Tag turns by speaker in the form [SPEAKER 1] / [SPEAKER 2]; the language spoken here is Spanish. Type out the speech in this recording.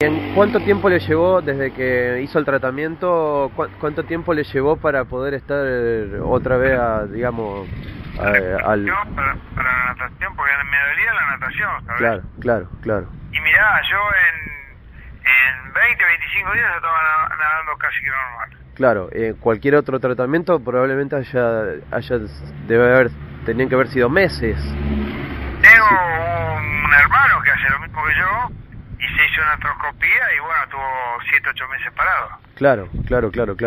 [SPEAKER 1] Bien, ¿Cuánto tiempo le llevó desde que hizo el tratamiento? ¿Cu- ¿Cuánto tiempo le llevó para poder estar eh, otra vez, a, digamos, a- eh, al...
[SPEAKER 2] Yo para, para la natación, porque me dolía la natación, ¿sabes?
[SPEAKER 1] Claro, claro, claro.
[SPEAKER 2] Y mirá, yo en, en 20, 25 días estaba na- nadando casi que normal.
[SPEAKER 1] Claro, eh, cualquier otro tratamiento probablemente haya, haya, debe haber, tenían que haber sido meses.
[SPEAKER 2] Tengo un hermano que hace lo mismo que yo y se hizo una artroscopía y bueno, tuvo 7, 8 meses parado.
[SPEAKER 1] Claro, claro, claro, claro.